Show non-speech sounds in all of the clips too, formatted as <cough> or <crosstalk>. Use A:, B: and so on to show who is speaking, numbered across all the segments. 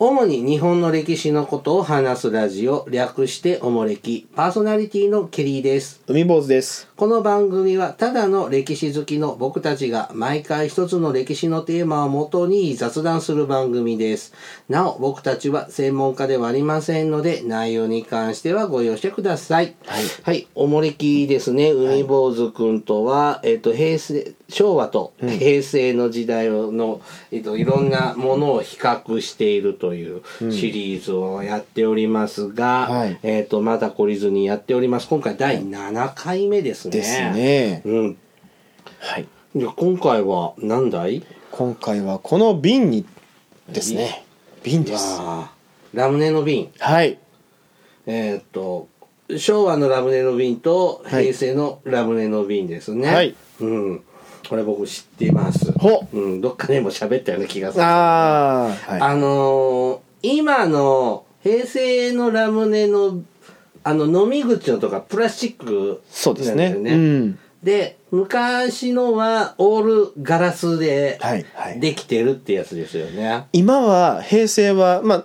A: 主に日本の歴史のことを話すラジオ、略しておもれき、パーソナリティのケリーです。
B: 海坊主です。
A: この番組はただの歴史好きの僕たちが毎回一つの歴史のテーマをもとに雑談する番組です。なお、僕たちは専門家ではありませんので、内容に関してはご容赦ください。はい。おもれきですね、海坊主くんとは、えっと、平成、昭和と平成の時代の、えっと、いろんなものを比較しているというシリーズをやっておりますが、
B: はい
A: えっと、まだ懲りずにやっております。今回第7回目ですね。
B: ですね。
A: うん。
B: はい。
A: じゃあ今回は何台
B: 今回はこの瓶にですね。瓶です。
A: わあラムネの瓶。
B: はい。
A: えーっと、昭和のラムネの瓶と
B: はい
A: 平成のラムネの瓶ですね。
B: はい
A: うん。これ僕知っています。
B: ほ
A: うん、どっかでも喋ったような気がする。
B: ああ。はい。
A: あのー今の平成のラムネのあの飲み口のとかプラスチック
B: そうですね。
A: なんだ
B: う
A: よね
B: ん。
A: で昔のはオールガラスで
B: はいはい
A: できてるってやつですよね。
B: 今は平成はまあ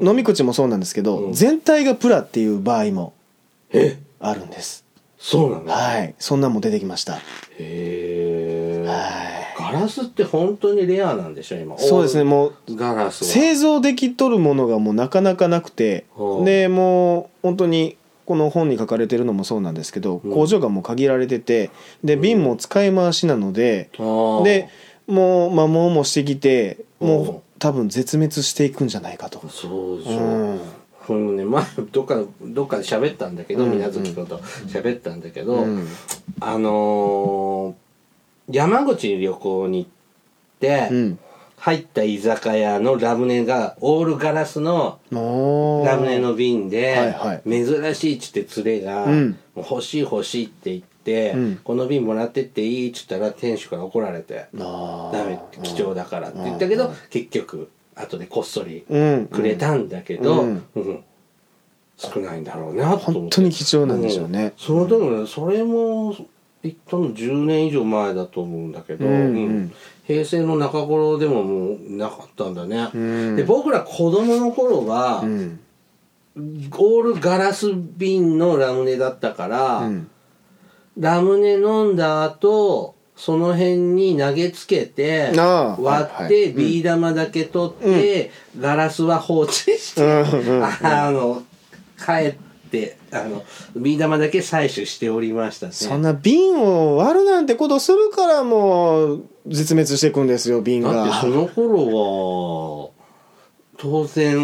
B: 飲み口もそうなんですけど、
A: うん
B: 全体がプラっていう場合も
A: え
B: あるんです。
A: そうなの
B: はい。そんなんも出てきました。
A: へえ。
B: は
A: ガラスって本当にレアなんでしょ今。
B: い。そうですね。
A: オー
B: もう
A: ルガラスは。
B: 製造できとるものがもうなかなかなくて
A: はあ
B: でもう本当にこの本に書かれてるのもそうなんですけど
A: うん
B: 工場がもう限られててで瓶も使い回しなので
A: あー
B: でもう摩耗もしてきて
A: うん
B: もう多分絶滅していくんじゃないかと。
A: そう
B: う
A: そう。
B: ん
A: このね前どっかどっかで喋ったんだけど、
B: うん
A: 水無月君と喋ったんだけど、
B: うん
A: あのー山口に旅行に行って、
B: うん
A: 入った居酒屋のラムネがオールガラスの
B: おー
A: ラムネの瓶で、
B: はいはい
A: 珍しいっつって連れが、
B: うん
A: もう欲しい欲しいって言って、
B: うん
A: この瓶もらってっていいっつったら店主から怒られて、
B: あー
A: ダメ貴重だからって言ったけど、結局後でこっそり
B: うん
A: くれたんだけど、う
B: うんん
A: 少ないんだろうなと思って
B: 本当に貴重なんでしょうね
A: んその時もねそれも言ったの10年以上前だと思うんだけど、
B: うんうん
A: 平成の中頃でももうなかったんだね、
B: うん
A: で僕ら子供の頃は、
B: うん
A: オールガラス瓶のラムネだったから、
B: うん
A: ラムネ飲んだ後その辺に投げつけて
B: ああ
A: 割
B: はい
A: っ
B: はい
A: て
B: うん
A: ビー玉だけ取って、ガラスは放置して、
B: うんうん
A: あの帰ってあのビー玉だけ採取しておりましたね。
B: そんな瓶を割るなんてことするからもう絶滅していくんですよ瓶が。
A: だってその頃は当然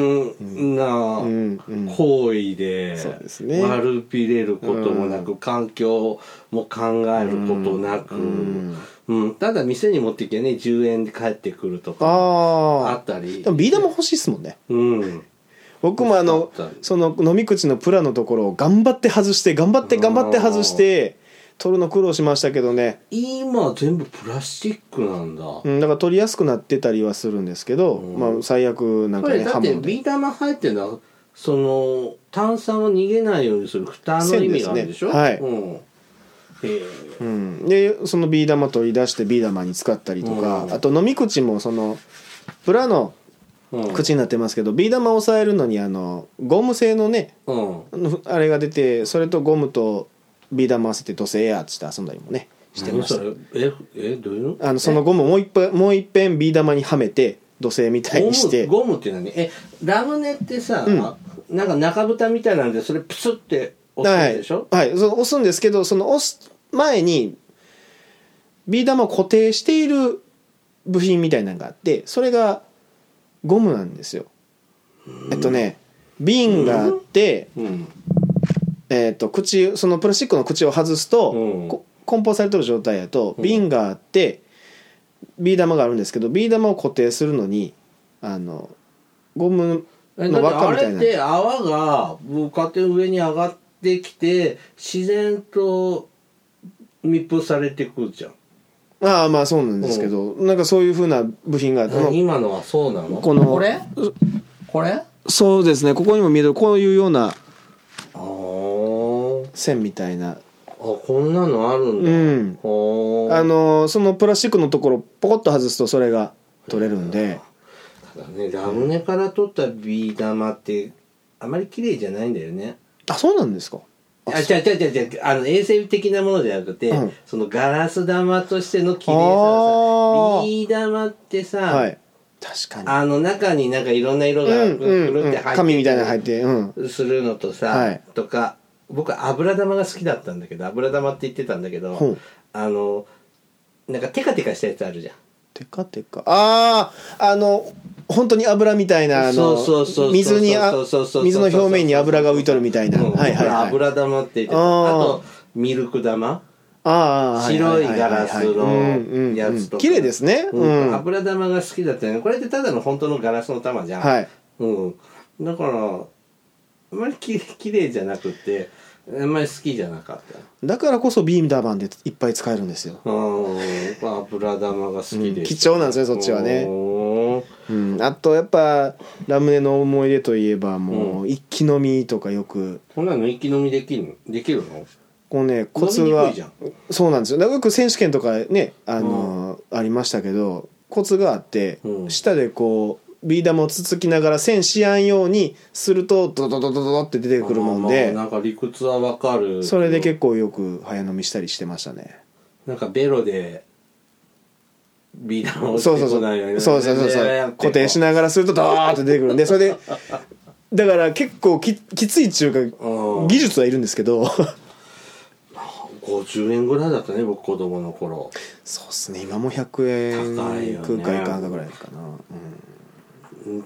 A: な
B: うんうん
A: 行為で
B: そうですね
A: 悪びれることもなく、環境も考えることなく、うん
B: ん
A: ただ店に持ってきてね10円で帰ってくるとかあ
B: あ
A: ったり
B: あ。でもビー玉欲しいっすもんね。
A: うん、
B: 僕もあの
A: そうだっ、た
B: その飲み口のプラのところを頑張って外して、頑張って頑張って外して、取るの苦労しましたけどね。
A: 今全部プラスチックなんだ、
B: うん、だから取りやすくなってたりはするんですけど、
A: うん
B: まあ最悪なん
A: こ
B: か
A: れ
B: ね、
A: だ
B: ハ
A: って
B: ムで。
A: ビー玉入ってるのはその炭酸を逃げないようにする蓋の意味があるんでしょ
B: 線ですね
A: うんへえ
B: うん、でそのビー玉取り出してビー玉に使ったりとか、
A: うん
B: あと飲み口もそのプラの
A: うん
B: 口になってますけど、ビー玉を押さえるのにあのゴム製のね
A: うん
B: あのあれが出てそれとゴムとビー玉合わせて「どせえや」っつって遊んだりもねしてまし
A: 何それええどういうの
B: たあのそのゴムをもう一回もう一遍ビー玉にはめて土星みたいにして
A: ゴムゴムって何えラムネってさ、なんか中蓋みたいなんでそれプスって押すんでしょ、
B: はい、はい、その押すんですけどその押す前にビー玉を固定している部品みたいなのがあってそれがゴムなんですよえっとね瓶があって、
A: うん
B: えー、と口そのプラスチックの口を外すと、
A: うん
B: こ梱包されてる状態やと
A: うん
B: 瓶があって、ビー玉があるんですけどビー玉を固定するのにあのゴム
A: え
B: の輪っ
A: だ
B: か
A: っ
B: み
A: てあ
B: たい
A: れっ
B: な
A: て泡が僕家庭の上に上がってきて自然と密封されてくるじゃん、
B: ああまあそうなんですけど、なんかそういうふうな部品があってまあ
A: 今のはそうなの
B: この
A: れこれあ
B: そうですねここにも見えるこういうような
A: ー
B: 線みたいな
A: あこんなのあるんだ、
B: うん
A: ほー
B: あのそのプラスチックのところポコッと外すとそれが取れるんで
A: だねラムネから取ったビー玉ってあまり綺麗じゃないんだよね
B: あそうなんですかあ
A: あ違う違う違う違うあの衛生的なものじゃなくて、
B: うん
A: そのガラス玉としての綺麗さ
B: あ
A: は
B: ー
A: さビー玉ってさ、
B: はい確か
A: あの中になんかいろんな色
B: にう
A: が
B: ん
A: く
B: うん
A: る
B: う
A: って入
B: ん
A: って
B: 紙みたいなの入ってうん
A: するのとさ、
B: はい
A: とか僕油玉が好きだったんだけど油玉って言ってたんだけど、
B: ほう
A: あのなんかテカテカしたやつあるじゃん
B: テカテカあああの本当に油みたいなあの
A: そうそうそうそう
B: 水にあ
A: そうそうそうそう
B: 水の表面に油が浮いとるみたいな、
A: うん
B: はいはいはい
A: 油玉って言ってた
B: あ
A: あ
B: ー
A: とミルク玉
B: ああ
A: 白いガラスのやつとか
B: 綺麗ですねう
A: うん
B: ん、
A: 油玉が好きだったよねこれってただの本当のガラスの玉じゃん、
B: はい
A: うん、だからあまりき綺麗じゃなくてあんまり好きじゃなかった
B: だからこそビームダーバンでいっぱい使えるんですよ、
A: うん油玉が好きで
B: 貴
A: す、
B: 重なんですねそっちはね
A: ね
B: うん、あとやっぱラムネの思い出といえばもう一気飲みとかよく
A: こんなの一気飲みできるできるの
B: こうねコツ
A: 飲みに
B: は
A: くいじゃん
B: そうなんですよだからよく選手権とかねあの、ありましたけどコツがあって、
A: うん
B: 舌でこうビー玉をつつきながら線しやんようにするとドドドドドドって出てくるもん
A: あー
B: で
A: まあなんか理屈はわかる
B: それで結構よく早飲みしたりしてましたね
A: なんかベロでビー玉を
B: そうそうそう
A: こないよね
B: そうそうそうそ
A: でやって
B: う
A: こう
B: 固定しながらするとドーッと出てくるんでそれ
A: <laughs>
B: でだから結構ききついっていうか
A: うん
B: 技術はいるんですけど <laughs>
A: 50円ぐらいだったね僕子供の頃
B: そうっすね今も100円
A: 高いよね
B: 空間いかんかぐらいかな、うん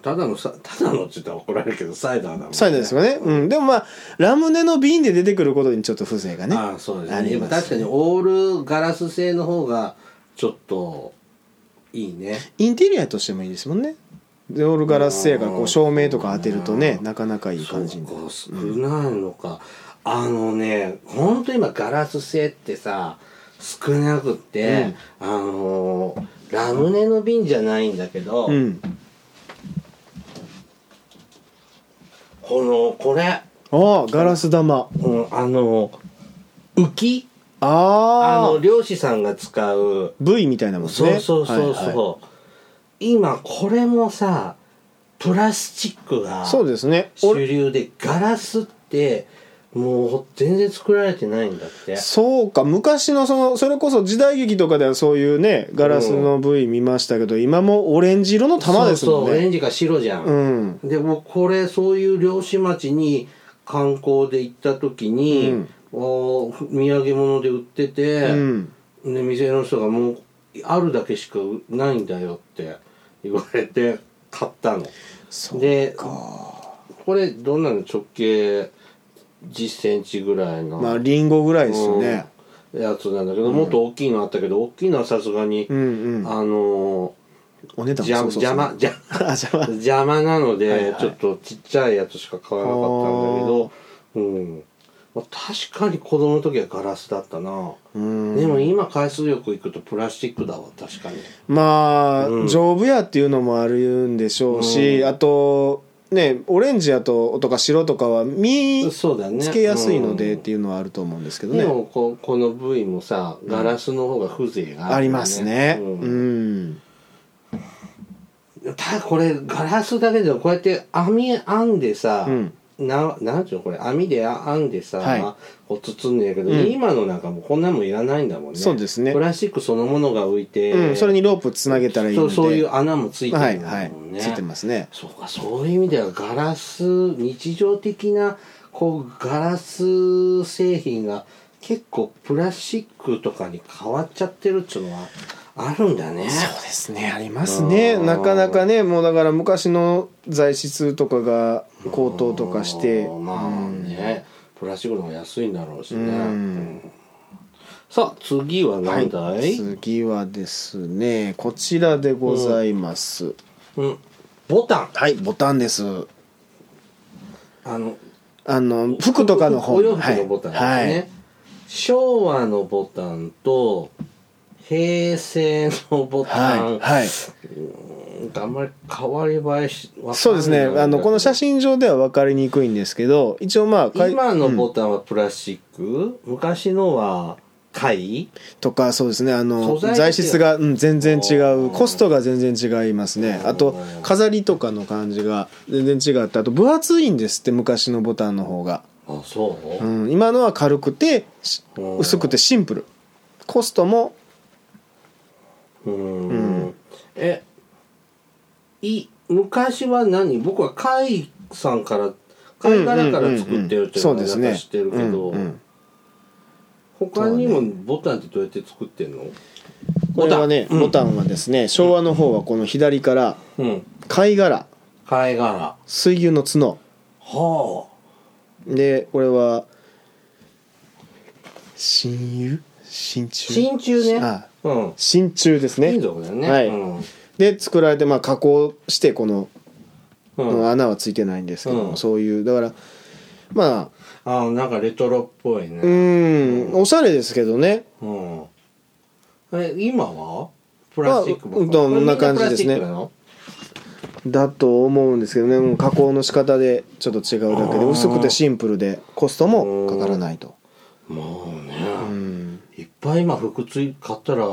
A: ただのさただのって言ったら怒られるけどサイダーだもんね
B: サイダーですよね、うん、でもまあラムネの瓶で出てくることにちょっと風情がね
A: ああそうです
B: あ
A: ね
B: り
A: でも
B: ます
A: 確かにオールガラス製の方がちょっといいね
B: インテリアとしてもいいですもんねでオールガラス製やからこ
A: うん
B: う照明とか当てるとね
A: うん
B: なかなかいい感じに
A: そうか少ないのか、あのねほんと今ガラス製ってさ少なくって、あのーラムネの瓶じゃないんだけど、
B: うん
A: このこれ、
B: ああガラス玉
A: うん、あの浮きあ
B: あ
A: の
B: あ
A: 漁師さんが使う
B: V みたいなもんです
A: そう
B: ね
A: そうそうそう、
B: はいは
A: 今これもさプラスチックが
B: いそうですね
A: 主流でガラスってもう全然作られてないんだって
B: そうか昔のそのそれこそ時代劇とかではそういうねガラスの部位見ましたけど、今もオレンジ色の玉ですも
A: そう
B: ん
A: そうオレ
B: ね
A: ンジか白じゃん、
B: うん
A: でもうこれそういう漁師町に観光で行った時に、
B: うん
A: お土産物で売ってて、
B: うん
A: で店の人がもうあるだけしかないんだよって言われて買ったの
B: そう
A: で
B: か
A: これどんなの直径10センチぐらいの、
B: まあリンゴぐらいですよね
A: うんやつなんだけど、もっと大きいのあったけど大きいのはさすがに、
B: うんうん
A: あの
B: お値
A: ー
B: 段
A: 邪
B: も
A: 魔
B: そうそうそう
A: 邪魔邪魔
B: あ <laughs> 邪魔
A: 邪魔なので、
B: はいはい
A: ちょっとちっちゃいやつしか買わなかったんだけど、うんまあ、確かに子供の時はガラスだったな、
B: うん
A: でも今海水浴行くとプラスチックだわ確かに
B: まあ、
A: うん
B: 丈夫やっていうのもあるんでしょうし、
A: うん
B: あとねオレンジやととか白とかは身
A: そうだね
B: つけやすいので
A: う
B: っ
A: ん
B: ていうのはあると思うんですけどね、
A: でもここの部位もさガラスの方が風情が
B: ありますね
A: うん
B: うん
A: ただこれガラスだけでもこうやって網編んでさ、
B: うん
A: ななんていうのこれ網で編んでさ、
B: はい
A: こう包んでるけど、
B: うん
A: 今のなんかもうこんなもんいらないんだもんね
B: そうですね
A: プラスチックそのものが浮いて、
B: うん、それにロープつなげたらいい
A: そ
B: の
A: う
B: で
A: そういう穴もついて
B: は
A: る
B: い
A: ん
B: は
A: だ
B: い
A: もんね、
B: ついてますね
A: そうかそういう意味ではガラス日常的なこうガラス製品が結構プラスチックとかに変わっちゃってるっていうのはあるんだね
B: そうですねありますねなかなかねもうだから昔の材質とかが高騰とかして
A: うんまあね、プラスチックの方が安いんだろうし
B: う
A: ね、
B: ん
A: さあ次は何だい、
B: 次はですねこちらでございます、
A: うん、ボタン
B: はいボタンです
A: あの
B: あの服とかの方
A: お洋服のボタンですね、
B: はいはい、
A: 昭和のボタンと平成のボタ
B: はい
A: ン、
B: はい
A: なんかあんまり変わり映えしわかんない
B: そうですねあのこの写真上では分かりにくいんですけど一応まあかい
A: 今のボタンはプラスチック、昔のは貝
B: とかそうですねあ
A: 素材
B: の
A: ですよ
B: 材質が、うん、全然違
A: お
B: う
A: ー
B: コストが全然違いますねあと飾りとかの感じが全然違ってあと分厚いんですって昔のボタンの方が、
A: あそう
B: う、ん、今のは軽くてし
A: うん
B: 薄くてシンプルコストも
A: うん
B: う
A: えい昔は何僕は貝さんから貝殻から作ってるっていうの
B: そ
A: は
B: うです
A: なん
B: ね
A: か知ってるけど、
B: うんうん
A: 他にもボタンってどうやって作ってんの
B: これはね
A: うん
B: ボタンはですね、昭和の方はこの左から
A: うん
B: 貝殻
A: 貝殻は
B: 水牛の角
A: あ
B: でこれは真油真
A: 真
B: 鍮
A: 鍮ね
B: あ
A: うん
B: 真鍮ですね
A: 金属だよね
B: はい
A: うん
B: で作られて、まあ、加工してこの、
A: うん、あ
B: 穴はついてないんですけども、
A: うん
B: そういうだからまあ
A: あなんかレトロっぽいうね
B: ーんおしゃれですけどね
A: うん、え今はプラスチックばっか
B: まあうんこんな感じですね
A: これみんなプラスチックなの
B: だと思うんですけどねもう加工の仕方でちょっと違うだけ
A: あ
B: で
A: ー
B: 薄くてシンプルでコストもかからないと
A: もうね、
B: うん
A: いっぱい今服つい買ったら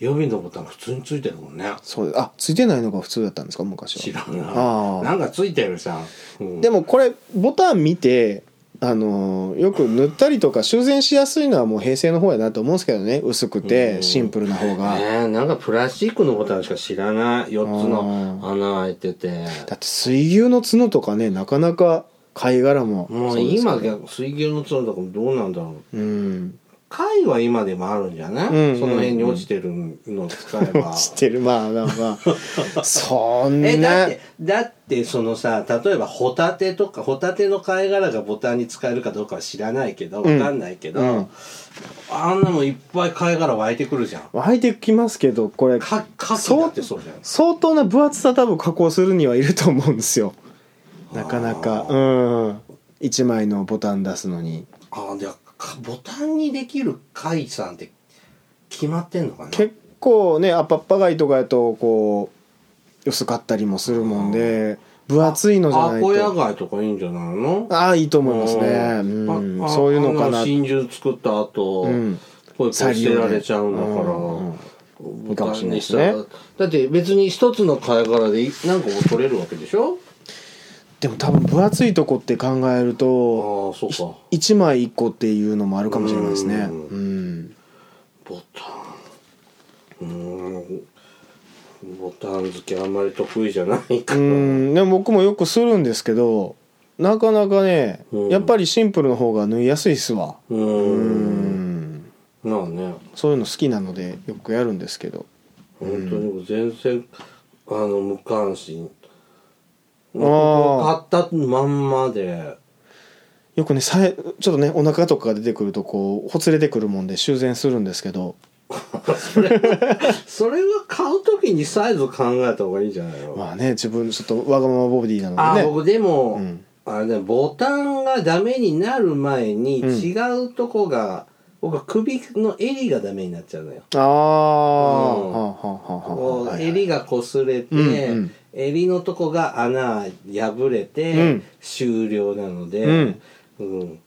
A: 予備のボタン普通についてるもんね
B: そうですあついてないのが普通だったんですか昔は
A: 知らんな
B: あー
A: なんかついてるさ、うん、
B: でもこれボタン見てあのーよく塗ったりとか修繕しやすいのはもう平成の方やなと思うんですけどね薄く
A: うん
B: てシンプルな方が、
A: ねえなんかプラスチックのボタンしか知らない4つ
B: あ
A: の穴開いてて
B: だって水牛の角とかねなかなか貝殻も
A: もう
B: そうですけど
A: 今水牛の角とかもどうなんだろう
B: うん
A: 貝は今でもあるんじゃない、
B: うんうんうん
A: その辺に落ちてるのを使え
B: <laughs>
A: ば
B: 知ってるまあまあま
A: <laughs>
B: あそんな
A: えだってだってそのさ例えばホタテとかホタテの貝殻がボタンに使えるかどうかは知らないけどわ
B: うん
A: かんないけど、
B: うん
A: あんなもんいっぱい貝殻湧いてくるじゃん
B: 湧いてきますけどこれ
A: かかきだってそうじゃん
B: 相当な分厚さ多分加工するにはいると思うんですよなかなかうん1枚のボタン出すのに
A: あじゃあボタンにできる貝さんって決まってんのかな
B: 結構ねアパッパ貝とかやとこう薄かったりもするもんで分厚いのじゃない
A: アコヤ
B: と
A: 貝とかいいんじゃないの
B: ああいいと思いますね
A: うん
B: う
A: あ
B: んそういうのか
A: あ
B: な
A: 真珠作った後、
B: うん
A: これ捨
B: 再利
A: て
B: 用で
A: られちゃうんだから、
B: うんうんいいかもしれないです
A: ボタン
B: ね
A: にしたらだって別に一つの貝殻で何個も取れるわけでしょ
B: でも多分分厚いとこって考える
A: ああ
B: と
A: そうか
B: 1枚1個っていうのもあるかもしれないですね
A: う
B: うんん、
A: ボタンうーんボタン付けあんまり得意じゃないか
B: <laughs> う
A: ら
B: ん、でも僕もよくするんですけどなかなかね、
A: うん
B: やっぱりシンプルの方が縫いやすいっすわ
A: う
B: う
A: ーん
B: ん
A: まあね
B: そういうの好きなのでよくやるんですけど
A: 本当に全然あの無関心
B: あ
A: 買
B: ー
A: ったまんまで
B: よくねさえちょっとねお腹とかが出てくるとこうほつれてくるもんで修繕するんですけど
A: それは買う時にサイズ考えた方がいいんじゃないの、
B: まあね自分ちょっとわがままボディな
A: あ
B: のでね
A: 僕でも、
B: うん
A: あれねボタンがダメになる前に
B: うん
A: 違うとこが、僕は首の襟がダメになっちゃうのよ。
B: ああ、は
A: うん
B: あはあはあ
A: こ
B: は
A: う
B: あはいはい
A: 襟が擦れて、
B: うんうん
A: 襟のとこが穴破れて、
B: うん
A: 終了なので、
B: うん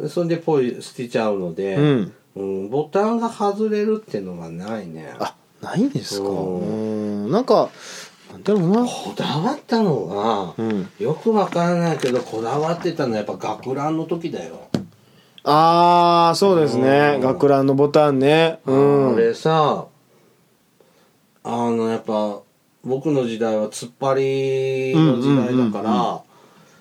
A: うんそれでポイ捨てちゃうので、
B: うん
A: うんボタンが外れるってのはないね。
B: あないんです
A: う
B: かうんんなんかなんだろうな
A: こだわったのは、
B: うん
A: よくわからないけどこだわってたのはやっぱ学ランの時だよ。
B: ああそうです
A: う
B: ね
A: ん
B: 学ランのボタンねうん
A: 俺さあのやっぱ僕の時代は突っ張りの時代だから、
B: うんうんう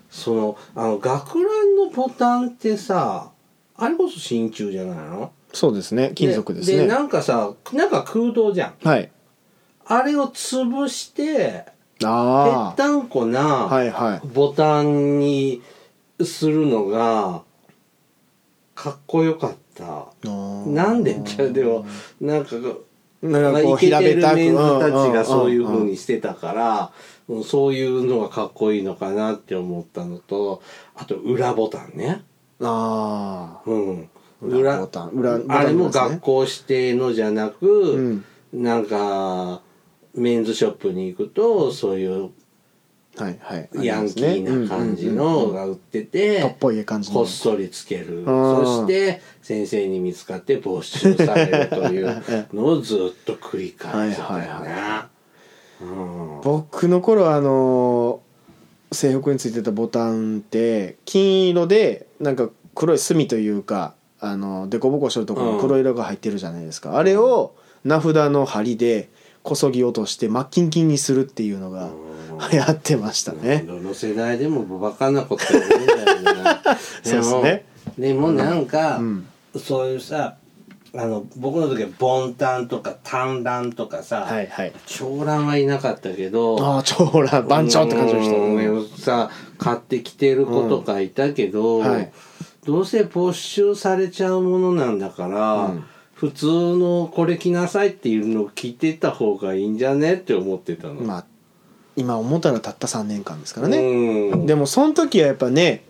A: そのあの学ランのボタンってさあれこそ真鍮じゃないの
B: そうですね金属です
A: で
B: ね
A: なんかさなんか空洞じゃん
B: はい
A: あれを潰してぺっ
B: あ
A: たんこ
B: あ
A: な
B: はいはい
A: ボタンにするのがかっこよかった。なんでってでもなんか
B: なん
A: ま
B: か
A: あ、
B: こう
A: イケ
B: 平
A: て
B: べっ
A: る
B: たく
A: メンズたちがそういう
B: 風
A: 風にしてたから、うんそういうのがかっこいいのかなって思ったのとあと裏ボタンね、
B: あ
A: うん、
B: あ裏ボタン裏ボタン
A: あれも
B: ですね
A: 学校指定のじゃなく、
B: うん
A: なんかメンズショップに行くとそういう
B: はいはい
A: ヤンキーな感じ
B: うんうん
A: の
B: うん
A: が売ってて、
B: かっぽい感じの
A: こっそりつける
B: あー
A: そして先生に見つかって没収されるというのをずっと繰り返してたよね。
B: はいはい
A: うん
B: 僕の頃あの制服についてたボタンって金色でなんか黒い墨というかあの凸凹してるところ
A: うん
B: に黒色が入ってるじゃないですか、あれを名札の針でこそぎ落として真っ金金にするっていうのが流行ってましたね、
A: どの世代でもバカなこと言うんだよね
B: <laughs> そうっすね
A: でもでもなんか、
B: うん
A: そういうさあの僕の時はボンタンとか短ンとかさ、
B: はいはい
A: 長蘭はいなかったけど
B: ああ長蘭番長って感じの人
A: うんさ買ってきてる子とかいたけど、
B: うんはい
A: どうせ没収されちゃうものなんだから、
B: うん
A: 普通のこれ着なさいっていうのを着てた方がいいんじゃねって思ってたの。
B: まあ今思ったらたった3年間ですからね、
A: うん、
B: でもその時はやっぱね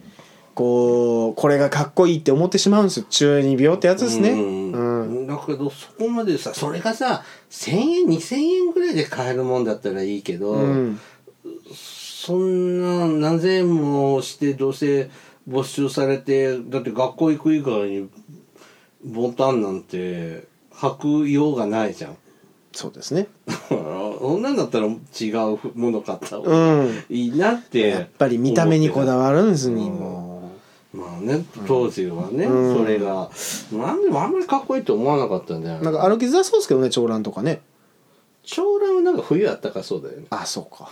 B: こうこれがかっこいいって思ってしまうんですよ中二病ってやつですね
A: うん
B: うん
A: だけどそこまでさそれがさ1,000円2,000円ぐらいで買えるもんだったらいいけど、
B: うん
A: そんな何千円もしてどうせ没収されてだって学校行く以外にボタンなんて履くようがないじゃん。 <laughs>
B: そうですね
A: そんなんだったら違うもの買った方
B: う
A: が
B: ん
A: いいなって
B: やっぱり見た目にこだ
A: わ
B: わるんですね
A: うん
B: も
A: まあね当時はね、
B: うん
A: それがなんでもあんまりかっこいいと思わなかったんだよ
B: うなんか歩きづらそうですけどね長蘭とかね
A: 長蘭はなんか冬あったかそうだよね。
B: あそうか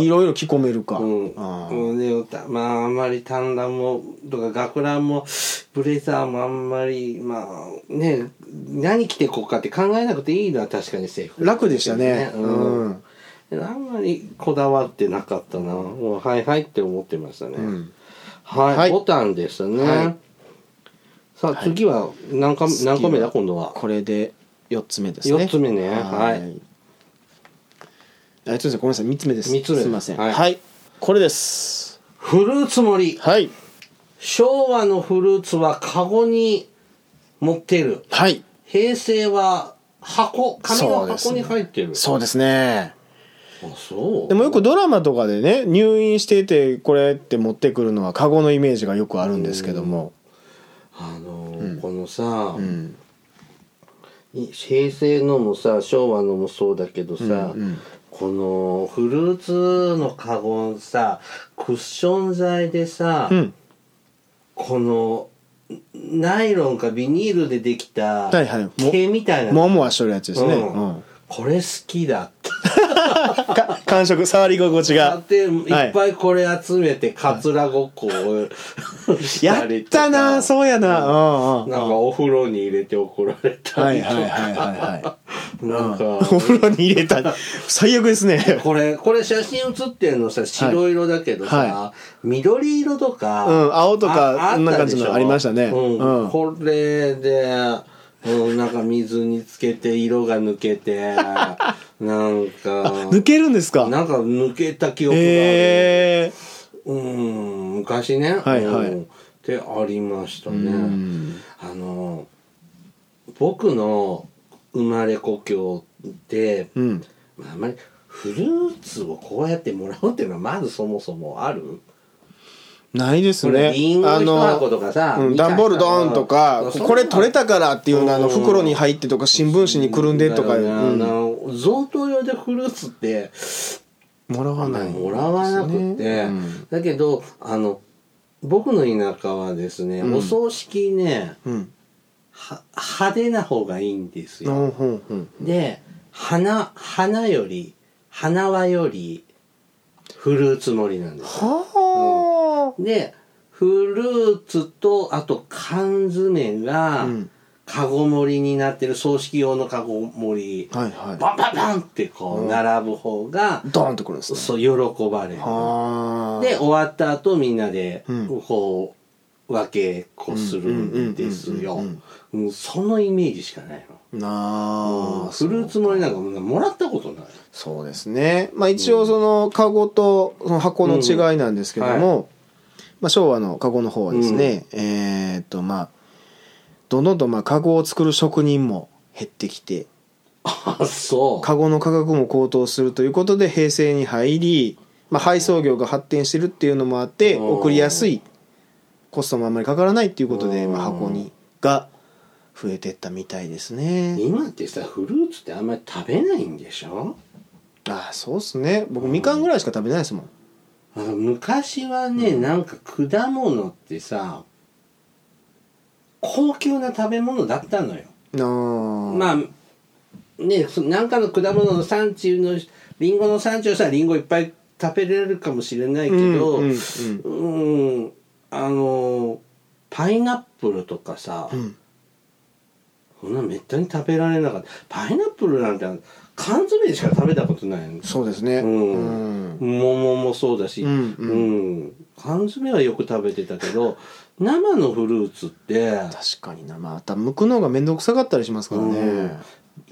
B: いろいろ着込めるか
A: うん、
B: あー
A: うんでもたまああんまり短ランもとか学ランもブレザーもあんまりまあね何着てこうかって考えなくていいのは確かに制服
B: 楽でしたね
A: うん
B: うん
A: あんまりこだわってなかったなもうはいはいって思ってましたね、
B: うん
A: はい、
B: はい
A: ボタンですね、
B: はい
A: さあ次は何か、
B: 次は
A: 何個目だ今度は
B: これで4つ目ですね
A: 4つ目ねは
B: はい
A: い
B: あちょっとごめんなさい3つ目です
A: 三つ目です
B: すいません
A: はい
B: はいこれです
A: フルーツ盛り
B: はい
A: 昭和のフルーツはカゴに持ってる
B: はい
A: 平成は箱紙の箱に入ってる
B: そうですね
A: あそう
B: でもよくドラマとかでね入院していてこれって持ってくるのはカゴのイメージがよくあるんですけども
A: あのーこのさ、
B: うん
A: い平成のもさ昭和のもそうだけどさ、
B: うんうん
A: このフルーツのカゴさクッション材でさ、
B: うん
A: このナイロンかビニールでできた
B: はいはいも
A: 毛みたいな、
B: もわもわしとるやつですね
A: うん
B: うん
A: これ好きだって
B: か感触触り心地
A: 買
B: が
A: っていっぱいこれ集めてかつらごっこを
B: や
A: した
B: っ
A: りとか
B: たなそうやなうんうん
A: なんかお風呂に入れて怒られた
B: はい
A: りと
B: はい
A: か、
B: はいはいはい
A: なんか、
B: <laughs> お風呂に入れた最悪ですね
A: これ、これ写真写ってんのさ、白色だけどさ、
B: は
A: 緑色とか、
B: うん青とか
A: あ
B: そんな感じの
A: あったでしょ
B: ありましたね
A: うん
B: うん
A: これで、うん、なんか水につけて色が抜けて、
B: <laughs>
A: なんか、
B: 抜けるんですか
A: なんか抜けた記憶がある。
B: え
A: うん、昔ね。
B: はいはい
A: うんってありました
B: え
A: ね。あの僕の生まれ故郷で、
B: うん
A: まあ、あまりフルーツをこうやってもらうっていうのはまずそもそもある
B: ないです
A: これ
B: ね
A: リンゴ
B: あ
A: 1
B: の
A: 箱とかさ
B: うん、
A: みかん
B: 段ボールドーンとか
A: そう
B: これ取れたからっていうのあの
A: うん
B: 袋に入ってとか新聞紙にくるんでとか、
A: だよね
B: うん
A: あの贈答用でフルーツって
B: もらわない、
A: もらわなくて、
B: うん
A: だけどあの僕の田舎はですね、
B: うん
A: お葬式ね
B: うん
A: は派手な方がいいんです
B: う
A: よ。
B: んうんうん
A: で花花より花輪よりフルーツ盛りなんです
B: は
A: でフルーツとあと缶詰
B: あ、
A: が
B: うん、
A: カゴ盛りになってる葬式用のカゴ盛り
B: はいは
A: バンバンバンってこ
B: う
A: うん並ぶ方が
B: いドーンってくるんですね
A: そう喜ばれる
B: はあ
A: で終わった後みんなで
B: うん
A: こう分けこするんです
B: うん
A: よ
B: うんうんうん
A: うんそのイメージしかないの
B: な
A: う
B: あ
A: んフルーツ盛りなんかもらったことない
B: そうですねまあ一応そのカゴとその箱の違いなんですけども、
A: うんは
B: まあ、昭和のカゴの方はですね、えーっとまあどんどんとまあカゴを作る職人も減ってきて
A: あそう
B: カゴの価格も高騰するということで平成に入りまあ、配送業が発展してるっていうのもあって
A: うん
B: 送りやすいコストもあんまりかからないっていうことで、
A: うん
B: まあ、箱にが増えてったみたいですね
A: 今ってさフルーツってあんまり食べないんでしょ
B: ああそうっすね僕みかんぐらいしか食べないですもん
A: なんか昔はね、なんか果物ってさ高級な食べ物だったのよ
B: あ
A: まあねそなんかの果物の産地のりんごの産地をさりんごいっぱい食べれるかもしれない
B: あ
A: けど、
B: うんうん
A: うんあのパイナップルとかさ、
B: うん
A: そんなめったに食べられなかったパイナップルなんて缶詰でしか食べたことないの
B: そうですね
A: うん
B: うん
A: 桃もそうだし、
B: うん
A: う
B: うん
A: 缶詰はよく食べてたけど生のフルーツって
B: 確かになまた剥くのが面倒くさかったりしますから
A: うん
B: ね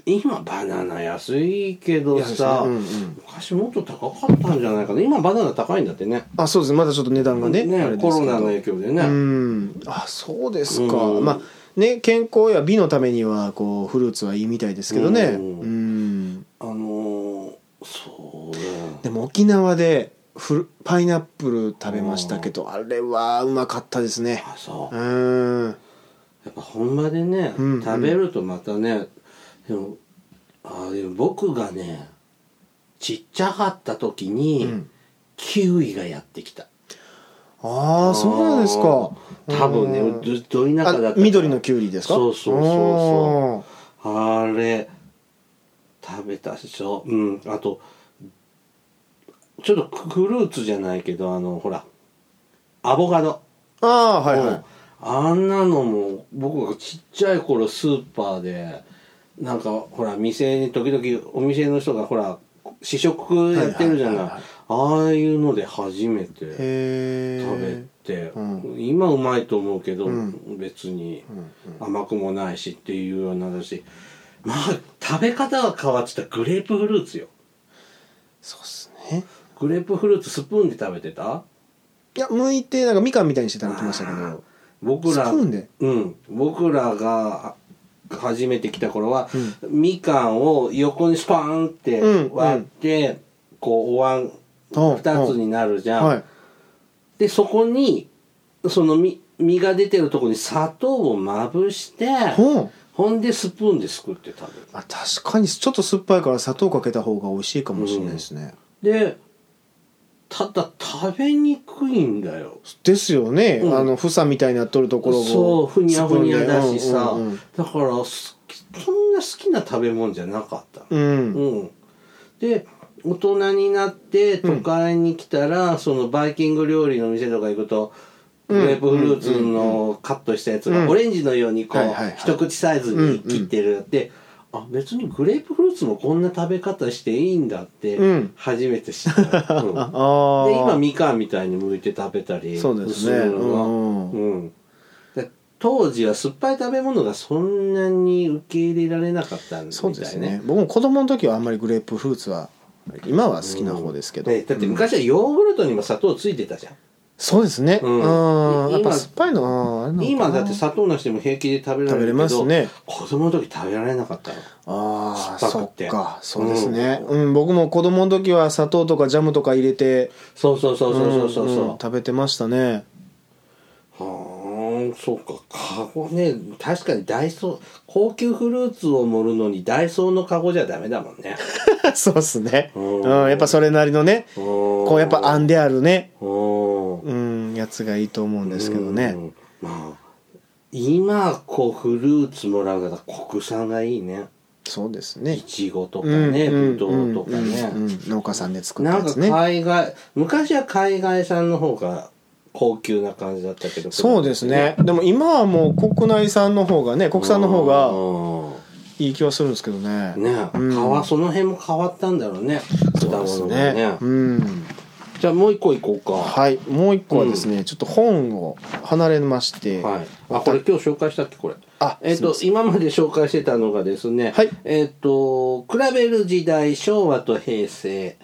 A: 今バナナ安いけど
B: 安いですね
A: さ、
B: うんうん
A: 昔もっと高かったんじゃないかな今バナナ高いんだってね
B: あそうですまだちょっと値段がねあれですけ
A: コ
B: ど
A: ロナの影響でね、
B: うんあそうですか、
A: うん
B: まあね健康や美のためにはこうフルーツはいいみたいですけどね
A: う
B: うんん、
A: あのーそうだよ
B: でも沖縄でフルパイナップル食べましたけどあれはうまかったですね
A: あそううんやっぱ本場でね、
B: うんうん
A: 食べるとまたねでもあでも僕がねちっちゃかった時に、
B: うん
A: キウイがやってきた
B: ああそうなんですか
A: 多分ね
B: うん
A: ずっと田舎だった
B: あ
A: から
B: 緑のキュウリですか
A: そうそうそうそ
B: あ
A: あれ食べたでしょうんあとちょっとフルーツじゃないけどあのほらアボカド、
B: ーあーはいはい、
A: うんあんなのも僕がちっちゃい頃スーパーでなんかほら店に時々お店の人がほら試食やってるじゃない,、
B: はいはい
A: ああいうので初めて
B: へ
A: 食べ
B: え
A: て、
B: う
A: 今うまいと思うけど、
B: うん
A: 別に。
B: うん
A: 甘くもないしっていうようなだしまあ食べ方が変わってたグレープフルーツよ
B: そうっすね
A: グレープフルーツスプーンで食べてた
B: いや剥いてなんかみかんみたいにして食べてましたけ
A: あー
B: ど
A: 僕ら
B: スプーンで
A: うん僕らがあ初めて来た頃は、みかんを横にスパーンって
B: うん
A: 割って、こうお椀
B: うん
A: 2つになるじゃん、
B: はい
A: でそこにその実実が出てるとこに砂糖をまぶして
B: ほう
A: ほんでスプーンですくって食べる
B: あ確かにちょっと酸っぱいから砂糖かけた方が美味しいかもしれないですね、
A: でただ食べにくいんだよ
B: ですよね、
A: うん
B: あの房みたいになっとるところを
A: そうふにゃふにゃだしさ、
B: うんうん
A: だから好きそんな好きな食べ物じゃなかった
B: うん、うん
A: うん、で大人になって都会に来たら、そのバイキング料理の店とか行くとグ
B: うん
A: レープフルーツのカットしたやつ
B: う
A: が
B: ん
A: オレンジのようにこう、
B: はいはいはい
A: 一口サイズに切ってるって、あ別にグレープフルーツもこんな食べ方していいんだって
B: うん
A: 初めて知った、うん
B: <laughs> ああ
A: で今みかんみたいに剥いて食べたり
B: そうですね
A: るのが
B: うん
A: うんで当時は酸っぱい食べ物がそんなに受け入れられなかったん
B: そうですね僕も子供の時はあんまりグレープフルーツは今は好きな方ですけど、
A: ねだって
B: うん
A: 昔はヨーグルトにも砂糖ついてたじゃん、
B: そうですね、
A: うん
B: うん、やっ
A: 今
B: ぱ酸っぱいのあーあれなのかな
A: 今だって砂糖なしでも平気で食べられるけど
B: 食べれますね
A: 子供の時食べられなかったの
B: ああ
A: 酸っぱ
B: そ
A: くて
B: っかそうですね、うん僕も子供の時は砂糖とかジャムとか入れて
A: そうそうそうそうそうそうそう、
B: んん食べてましたね
A: <laughs> はーんそうかカゴね確かにダイソー高級フルーツを盛るのにダイソーのカゴじゃダメだもん
B: <laughs>
A: ね
B: そうっすね。
A: うん
B: うん、やっぱそれなりのね、
A: こ
B: こうやっぱ編んであるね、
A: うん
B: うん、やつがいいと思うんですけどね。
A: うんまあ今こうフルーツもらう方国産がいいね
B: そうです
A: い
B: ね。
A: ちごとか
B: うん
A: ね
B: うん
A: ぶどうとか
B: うん
A: ね
B: うん農家さんで作った
A: な
B: や
A: んか
B: つね。
A: 海外昔は海外産の方が高級な感じだったけど
B: そうですね。でも今はもう国内産の方がね、国産の方が
A: が
B: いい気はするんですけどね。
A: ね
B: うん
A: 変わその辺も変わったんだろうね果
B: そうです
A: 物が
B: ね
A: ね。
B: うん。
A: じゃあもう一個いこうかは
B: はい、もう一個はですね、ちょっと本を離れまして、
A: いあこれ今日紹介したっけこれ
B: あ、
A: えっ、と、今まで紹介してたのがですね、
B: はい
A: えっ、と、比べる時代、昭和と平成、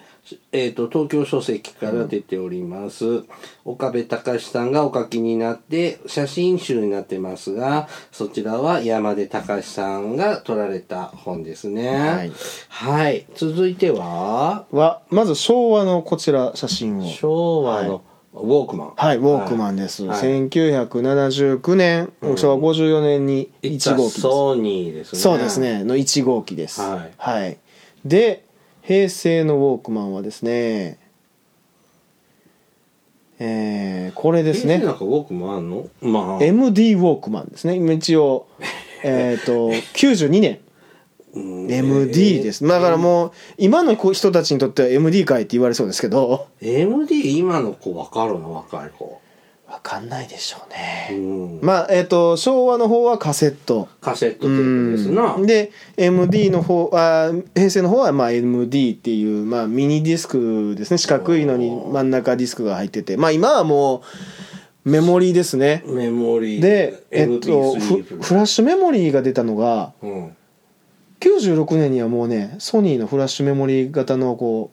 A: えー、と東京書籍から出ております、岡部隆さんがお書きになって写真集になってますがそちらは山出隆さんが撮られた本ですね
B: はい、
A: はい続いては
B: はまず昭和のこちら写真を
A: 昭和のウォークマン、
B: はい、ウォークマンです、
A: はい
B: 1979年、昭和54年に1号機です
A: ソニーですね
B: そうですねの1号機です
A: はい
B: で平成のウォークマンはですねえー、これです
A: 平成
B: ね
A: なんかウォークマンあんのまあ
B: MD ウォークマンですね今一応えっ <laughs> と92年
A: うん
B: MD です、だからもう今の子人たちにとっては MD 界って言われそうですけど
A: MD 今の子分かるの若い子
B: <laughs> わかんないでしょう
A: う
B: ね、
A: ん、
B: まあえっ、と昭和の方はカセット
A: カセットテープですな
B: うんで MD の方あー平成の方はまあ MD っていう、まあ、ミニディスクですね四角いのに真ん中ディスクが入っててまあ今はもうメモリーですね
A: メモリー
B: でえっとフ
A: MP3
B: フラッシュメモリーが出たのが
A: うん
B: 96年にはもうねソニーのフラッシュメモリー型のこ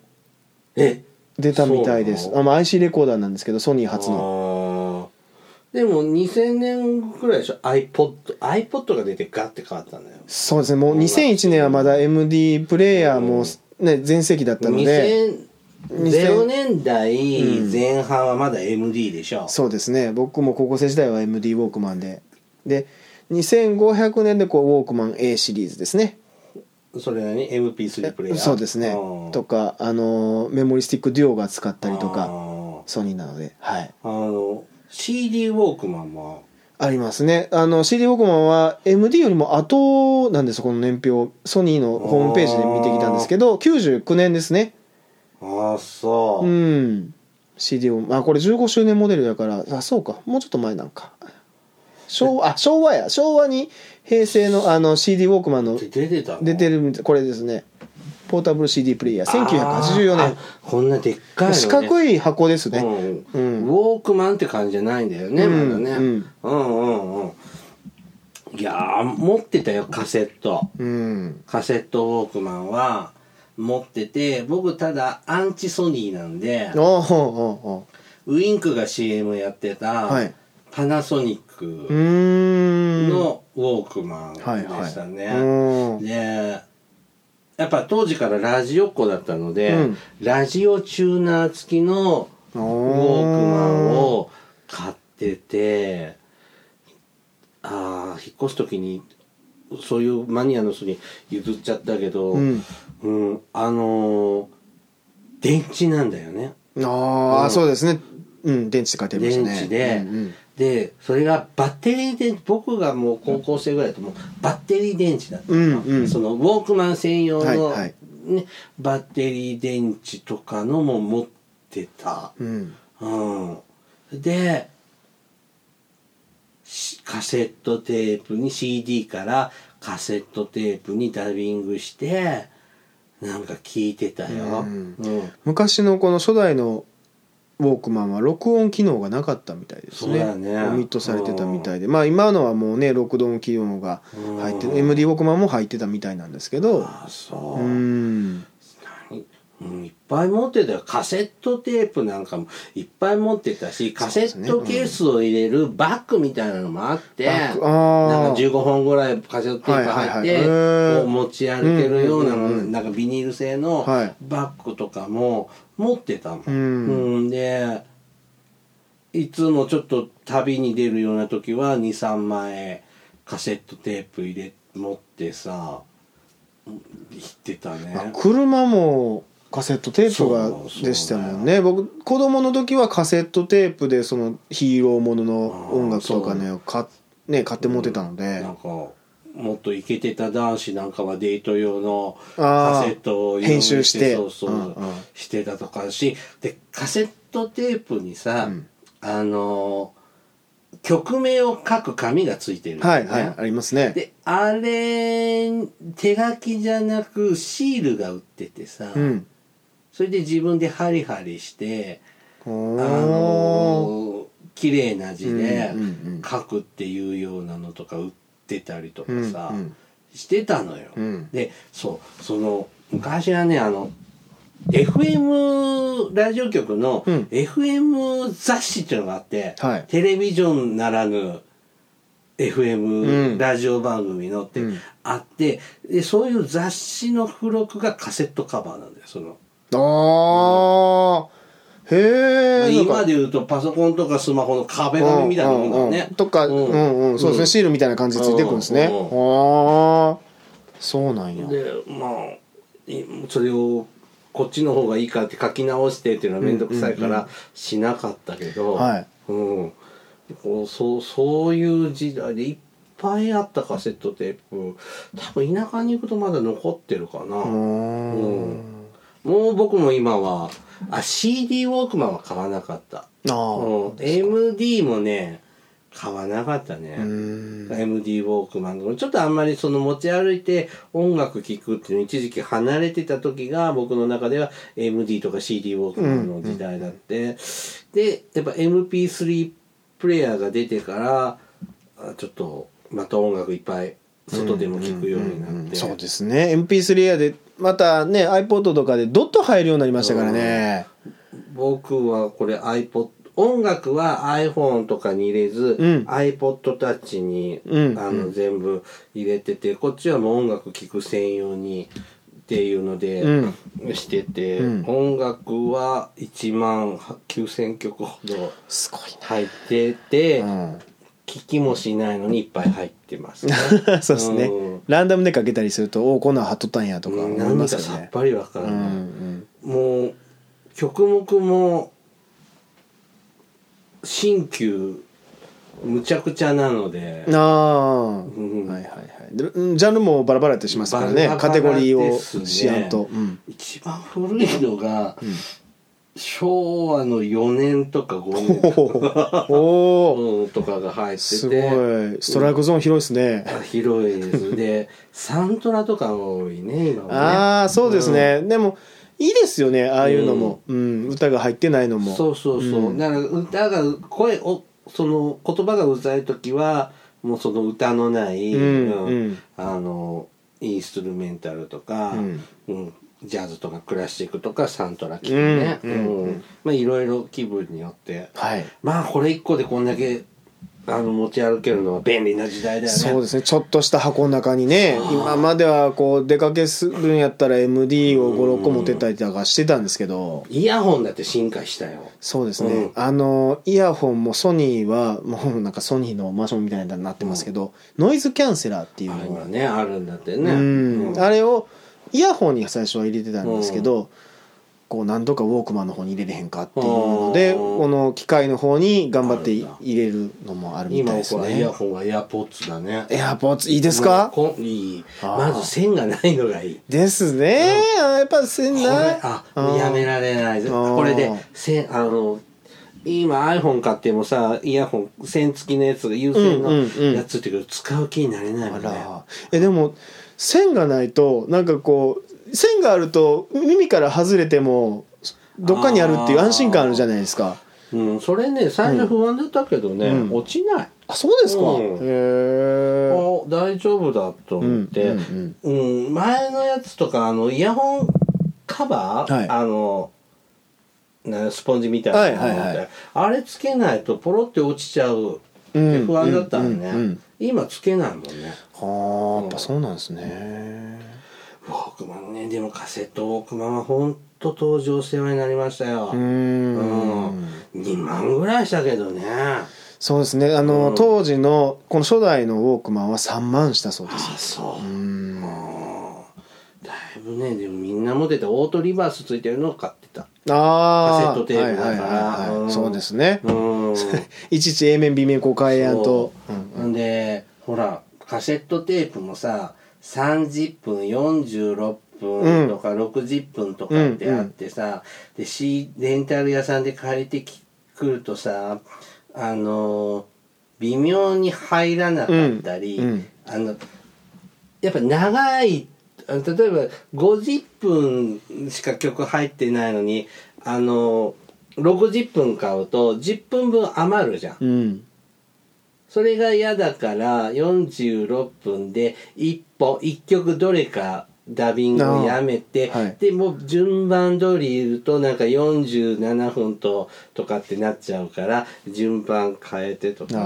A: え
B: う出たみたいです
A: そうなの
B: あ、まあ、IC レコーダーなんですけどソニー初の
A: のでも2000年くらいでしょ iPodiPod が出てガッて変わったんだよ
B: そうですねもう2001年はまだ MD プレイヤーもね全盛期だったので
A: 2000 0年代前半はまだ MD でしょ、
B: そうですね僕も高校生時代は MD ウォークマンでで2500年でこうウォークマン A シリーズですね
A: それなりに MP3 プレイヤー
B: そうですねとかあのメモリスティックデュオが使ったり
A: あ
B: とか
A: ー
B: ソニーなのではい
A: あの CD ウォークマンも
B: ありますねあの CD ウォークマンは MD よりも後なんですこの年表ソニーのホームページで見てきたんですけど99年ですね
A: ああそう、
B: うん CD をあこれ15周年モデルだからあそうかもうちょっと前なんか昭和あ昭和や昭和に平成のあの CD ウォークマンの
A: で出てたの
B: 出てるみたいこれですねポータブル CD プレイヤー1984
A: あーあ
B: 年
A: こんなでっかいの、ね、
B: 四角い箱ですね、
A: う
B: うん
A: ん、ウォークマンって感じじゃないんだよね、
B: うん
A: まだね、
B: うん
A: うんうんうんいやー持ってたよカセット
B: うん
A: カセットウォークマンは持ってて僕ただアンチソニーなんで
B: おおお
A: ウインクが CM やってた、
B: はい
A: パナソニッ
B: うー
A: ク
B: ん
A: のウォークマンで
B: はいはい
A: したね、
B: うん
A: でやっぱ当時からラジオっ子だったので、
B: うん
A: ラジオチューナー付きの
B: ウ
A: ウォ
B: ォ
A: ークマンを買っててああ引っ越す時にそういうマニアの人に譲っちゃったけど、
B: うん
A: うんあのー電池なんだよね
B: ああ、
A: うん
B: そうですねうん電池って書いてありました
A: 電池
B: ね
A: で、
B: うんうん
A: でそれがバッテリーで僕がもう高校生ぐらいだともうバッテリー電池だったのかな、
B: うんうん
A: そのウォークマン専用の、
B: はいはい
A: ね、バッテリー電池とかのも持ってた、
B: うん
A: うん、でしカセットテープに CD からカセットテープにダビングしてなんか聞いてたよ、
B: うん
A: うん
B: 昔のこの初代のウォークマンは録音機能がなかったみたいです
A: そう
B: ね
A: だね
B: オミットされてたみたいで、まあ今のはもうね録音機能が入ってる、
A: うん
B: MD ウォークマンも入ってたみたいなんですけど
A: あそうう、
B: ん
A: 何うん、いっぱい持ってたよカセットテープなんかもいっぱい持ってたしカセットケースを入れるバッグみたいなのもあって、
B: バッグあー
A: なんか15本ぐらいカセットテープ入っ
B: はいはいはいへー
A: てこう持ち歩けるような
B: うんうんうんうん
A: なんかビニール製の
B: はい
A: バッグとかも持ってたもん。
B: うん
A: うんでいつもちょっと旅に出るような時は23枚カセットテープ入れ持ってさ行ってたね。
B: まあ車もカセットテープ
A: そうそう
B: がでしたもんね僕子供の時はカセットテープでそのヒーローものの音楽とかね買っね買って持ってたので、
A: なんかもっとイケてた男子なんかはデート用の
B: あ
A: カ
B: ー
A: セットを用意
B: 編集して
A: そうそう、
B: うんうん
A: してたとかしでカセットテープにさ、
B: うん
A: あのー曲名を書く紙がついてるんだ
B: は
A: よ
B: い
A: ね、
B: はいありますね
A: であれ手書きじゃなくシールが売っててさ、
B: うん
A: それで自分でハリハリして
B: お
A: あ
B: ー
A: のー綺麗な字で
B: うんうんうん
A: 書くっていうようなのとか売ってたりとかさ、
B: うんうん
A: してたのよ、
B: うん
A: でそうその昔はねあの FM ラジオ局の
B: うん
A: FM 雑誌っていうのがあって、
B: はい
A: テレビジョンならぬ
B: うん
A: FM ラジオ番組のって
B: うん
A: あって、でそういう雑誌の付録がカセットカバーなんだよその、
B: あー
A: まあ
B: へえ
A: 今で言うとパソコンとかスマホの壁紙みたいなもんだよね、
B: とかうんうんそうですねシールみたいな感じでついてくるんですねああ
A: うんうん
B: ーそうなんや
A: でまあいそれをこっちの方がいいかって書き直してっていうのは面倒くさいか
B: うんうん
A: らしなかったけど、
B: はい
A: うん、こうそうそういう時代でいっぱいあったカセットテープ多分田舎に行くとまだ残ってるかな、
B: うーん
A: もう僕も今はあ CD ウォークマンは買わなかった、
B: ああ
A: うん、MD もね買わなかったね、
B: うーん
A: MD ウォークマンとかちょっとあんまりその持ち歩いて音楽聴くっていうの一時期離れてた時が僕の中では MD とか CD ウォークマンの時代だって、でやっぱ MP3 プレイヤーが出てからあちょっとまた音楽いっぱい外でも聴くようになって、
B: んんんそうですね MP3 やでまたね iPod とかでドット入るようになりましたからね
A: 僕はこれ iPod 音楽は iPhone とかに入れず、
B: うん
A: iPod タッチに、
B: うん
A: あ
B: う
A: の全部入れててこっちはもう音楽聴く専用にっていうので、
B: うん
A: してて、
B: うん
A: 音楽は1万9,000曲ほど
B: すごい
A: 入ってて、
B: な
A: 聞きもしないのにいっぱい入ってますね。
B: うん <laughs> そうですね
A: うん
B: ランダムでかけたりするとおおこんなん貼っとったんやとか思い
A: 何
B: ま
A: か
B: すよ
A: さっ
B: ね
A: ぱりわか
B: う
A: ら
B: ん
A: な
B: う
A: い。
B: ん
A: もう曲目も新旧むちゃくちゃなので
B: ああ、
A: ん
B: はいはいはいでうんジャンルもバラバラってしますからね
A: バラバ
B: カ
A: ラ
B: テゴリー
A: です
B: を
A: ね
B: しやんと、
A: <laughs>
B: うん
A: 一番古いのが、昭和の4年とか5
B: お
A: 年
B: おおお
A: うんとかが入って
B: す
A: て
B: ごいストライクゾーン広いですね、
A: あ広いですでサントラとかが多いね今はね
B: ああそうですね、でもいいですよねああいうのも、うん歌が入ってないのも
A: そうそうそう、
B: ん
A: だから歌が声をその言葉がうざい時はもうその歌のない、
B: うん
A: うん
B: うん
A: あのインストゥルメンタルとか、
B: うん
A: うんジャズとかクラシックとかサントラ聴くね、
B: うんうんうん
A: まあいろいろ気分によって
B: はい
A: まあこれ一個でこんだけあの持ち歩けるのは便利な時代だよね
B: そうですねちょっとした箱の中にね今まではこう出かけするんやったら MD を56個持ってったりとかしてたんですけど
A: イヤホンだって進化したよ
B: そうですね、
A: うん
B: あのイヤホンもソニーはもうなんかソニーのマションみたいになってますけど、ノイズキャンセラーっていう
A: あ
B: のが
A: 今ねあるんだってね
B: うん
A: うん
B: あれをイヤホンに最初は入れてたんですけど、こう何とかウォークマンの方に入れれへんかっていうので
A: うん
B: この機械の方に頑張って
A: あるんだ
B: 入れるのもあるみ
A: 今
B: たいです
A: 僕はイヤ
B: ね。
A: ホンはエアポッツだね
B: エアポーツいいです
A: うん
B: か、
A: こんいい
B: あ
A: ま
B: ー
A: ず線がないのがいい
B: ですね、あやっぱせん
A: これ
B: な
A: あ
B: うん
A: やめられない
B: ん
A: これで線あの今 iPhone 買ってもさイヤホン線付きのやつが有線の
B: うんうんうん
A: やつってけど使う気になれないも
B: あ
A: んね
B: らえでも線がないとなんかこう線があると耳から外れてもどっかにあるっていう安心感あるじゃないですか
A: うんそれね最初不安だったけどね、
B: うん
A: 落ちない
B: あそうですか、
A: うん
B: へえ
A: あ大丈夫だと思って、
B: うんうん
A: うん前のやつとかあのイヤホンカバー、
B: はい
A: あのなスポンジみたいなのがあって
B: はいはいはい
A: あれつけないとポロって落ちちゃうって不安だったのね、
B: うんうんうんうん
A: 今つけないもんね
B: はあやっぱそうなんですね
A: ウォークマンねでもカセットウォークマンはほんと登場世話になりましたよ、
B: うー
A: うんん2万ぐらいしたけどね
B: そうですねあの、
A: うん
B: 当時のこの初代のウォークマンは3万したそうです
A: あそう
B: うーん
A: だいぶねでもみんな持ってたオートリバースついてるのを買ってた
B: ああ
A: カセットテープだから
B: はいはいはいは
A: う
B: い
A: ん
B: そうですね
A: うん
B: いちいち A 面 B 面こう変えやんと
A: そう
B: うん
A: んでほらカセットテープもさ30分46分とか60分とかってあってさ、で C レンタル屋さんで借りてきくるとさあのー微妙に入らなかったり、
B: うんうん
A: あのやっぱ長いあの例えば50分しか曲入ってないのにあの60分買うと10分分余るじゃん。
B: うん
A: それが嫌だから46分で1本1曲どれかダビングをやめて、
B: あーはい
A: でもう順番通りいるとなんか47分ととかってなっちゃうから順番変えてとか
B: あ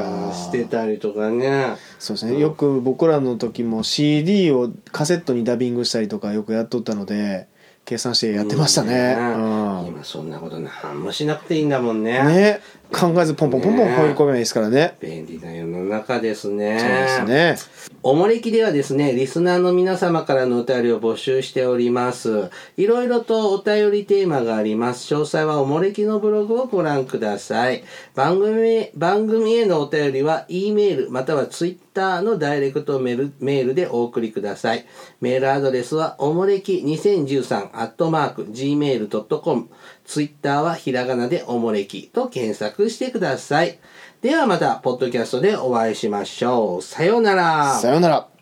B: ー
A: なんかしてたりとかね
B: そうですねよく僕らの時も CD をカセットにダビングしたりとかよくやっとったので計算してやってましたね。うん
A: 今そんなこと何もしなくていいんだもんね
B: ね考えずポンポンポンポン
A: ね
B: 放り込めばいいですからね。
A: 便利な世の中
B: そうですね。
A: おもれきではですね、リスナーの皆様からのお便りを募集しております。いろいろとお便りテーマがあります。詳細はおもれきのブログをご覧ください。番組、番組へのお便りは、E メールまたは Twitter のダイレクトメールメールでお送りください。メールアドレスは、おもれき2013アットマーク gmail.com。Twitter はひらがなでおもれきと検索してください。ではまた、ポッドキャストでお会いしましょう。さようなら。
B: さようなら。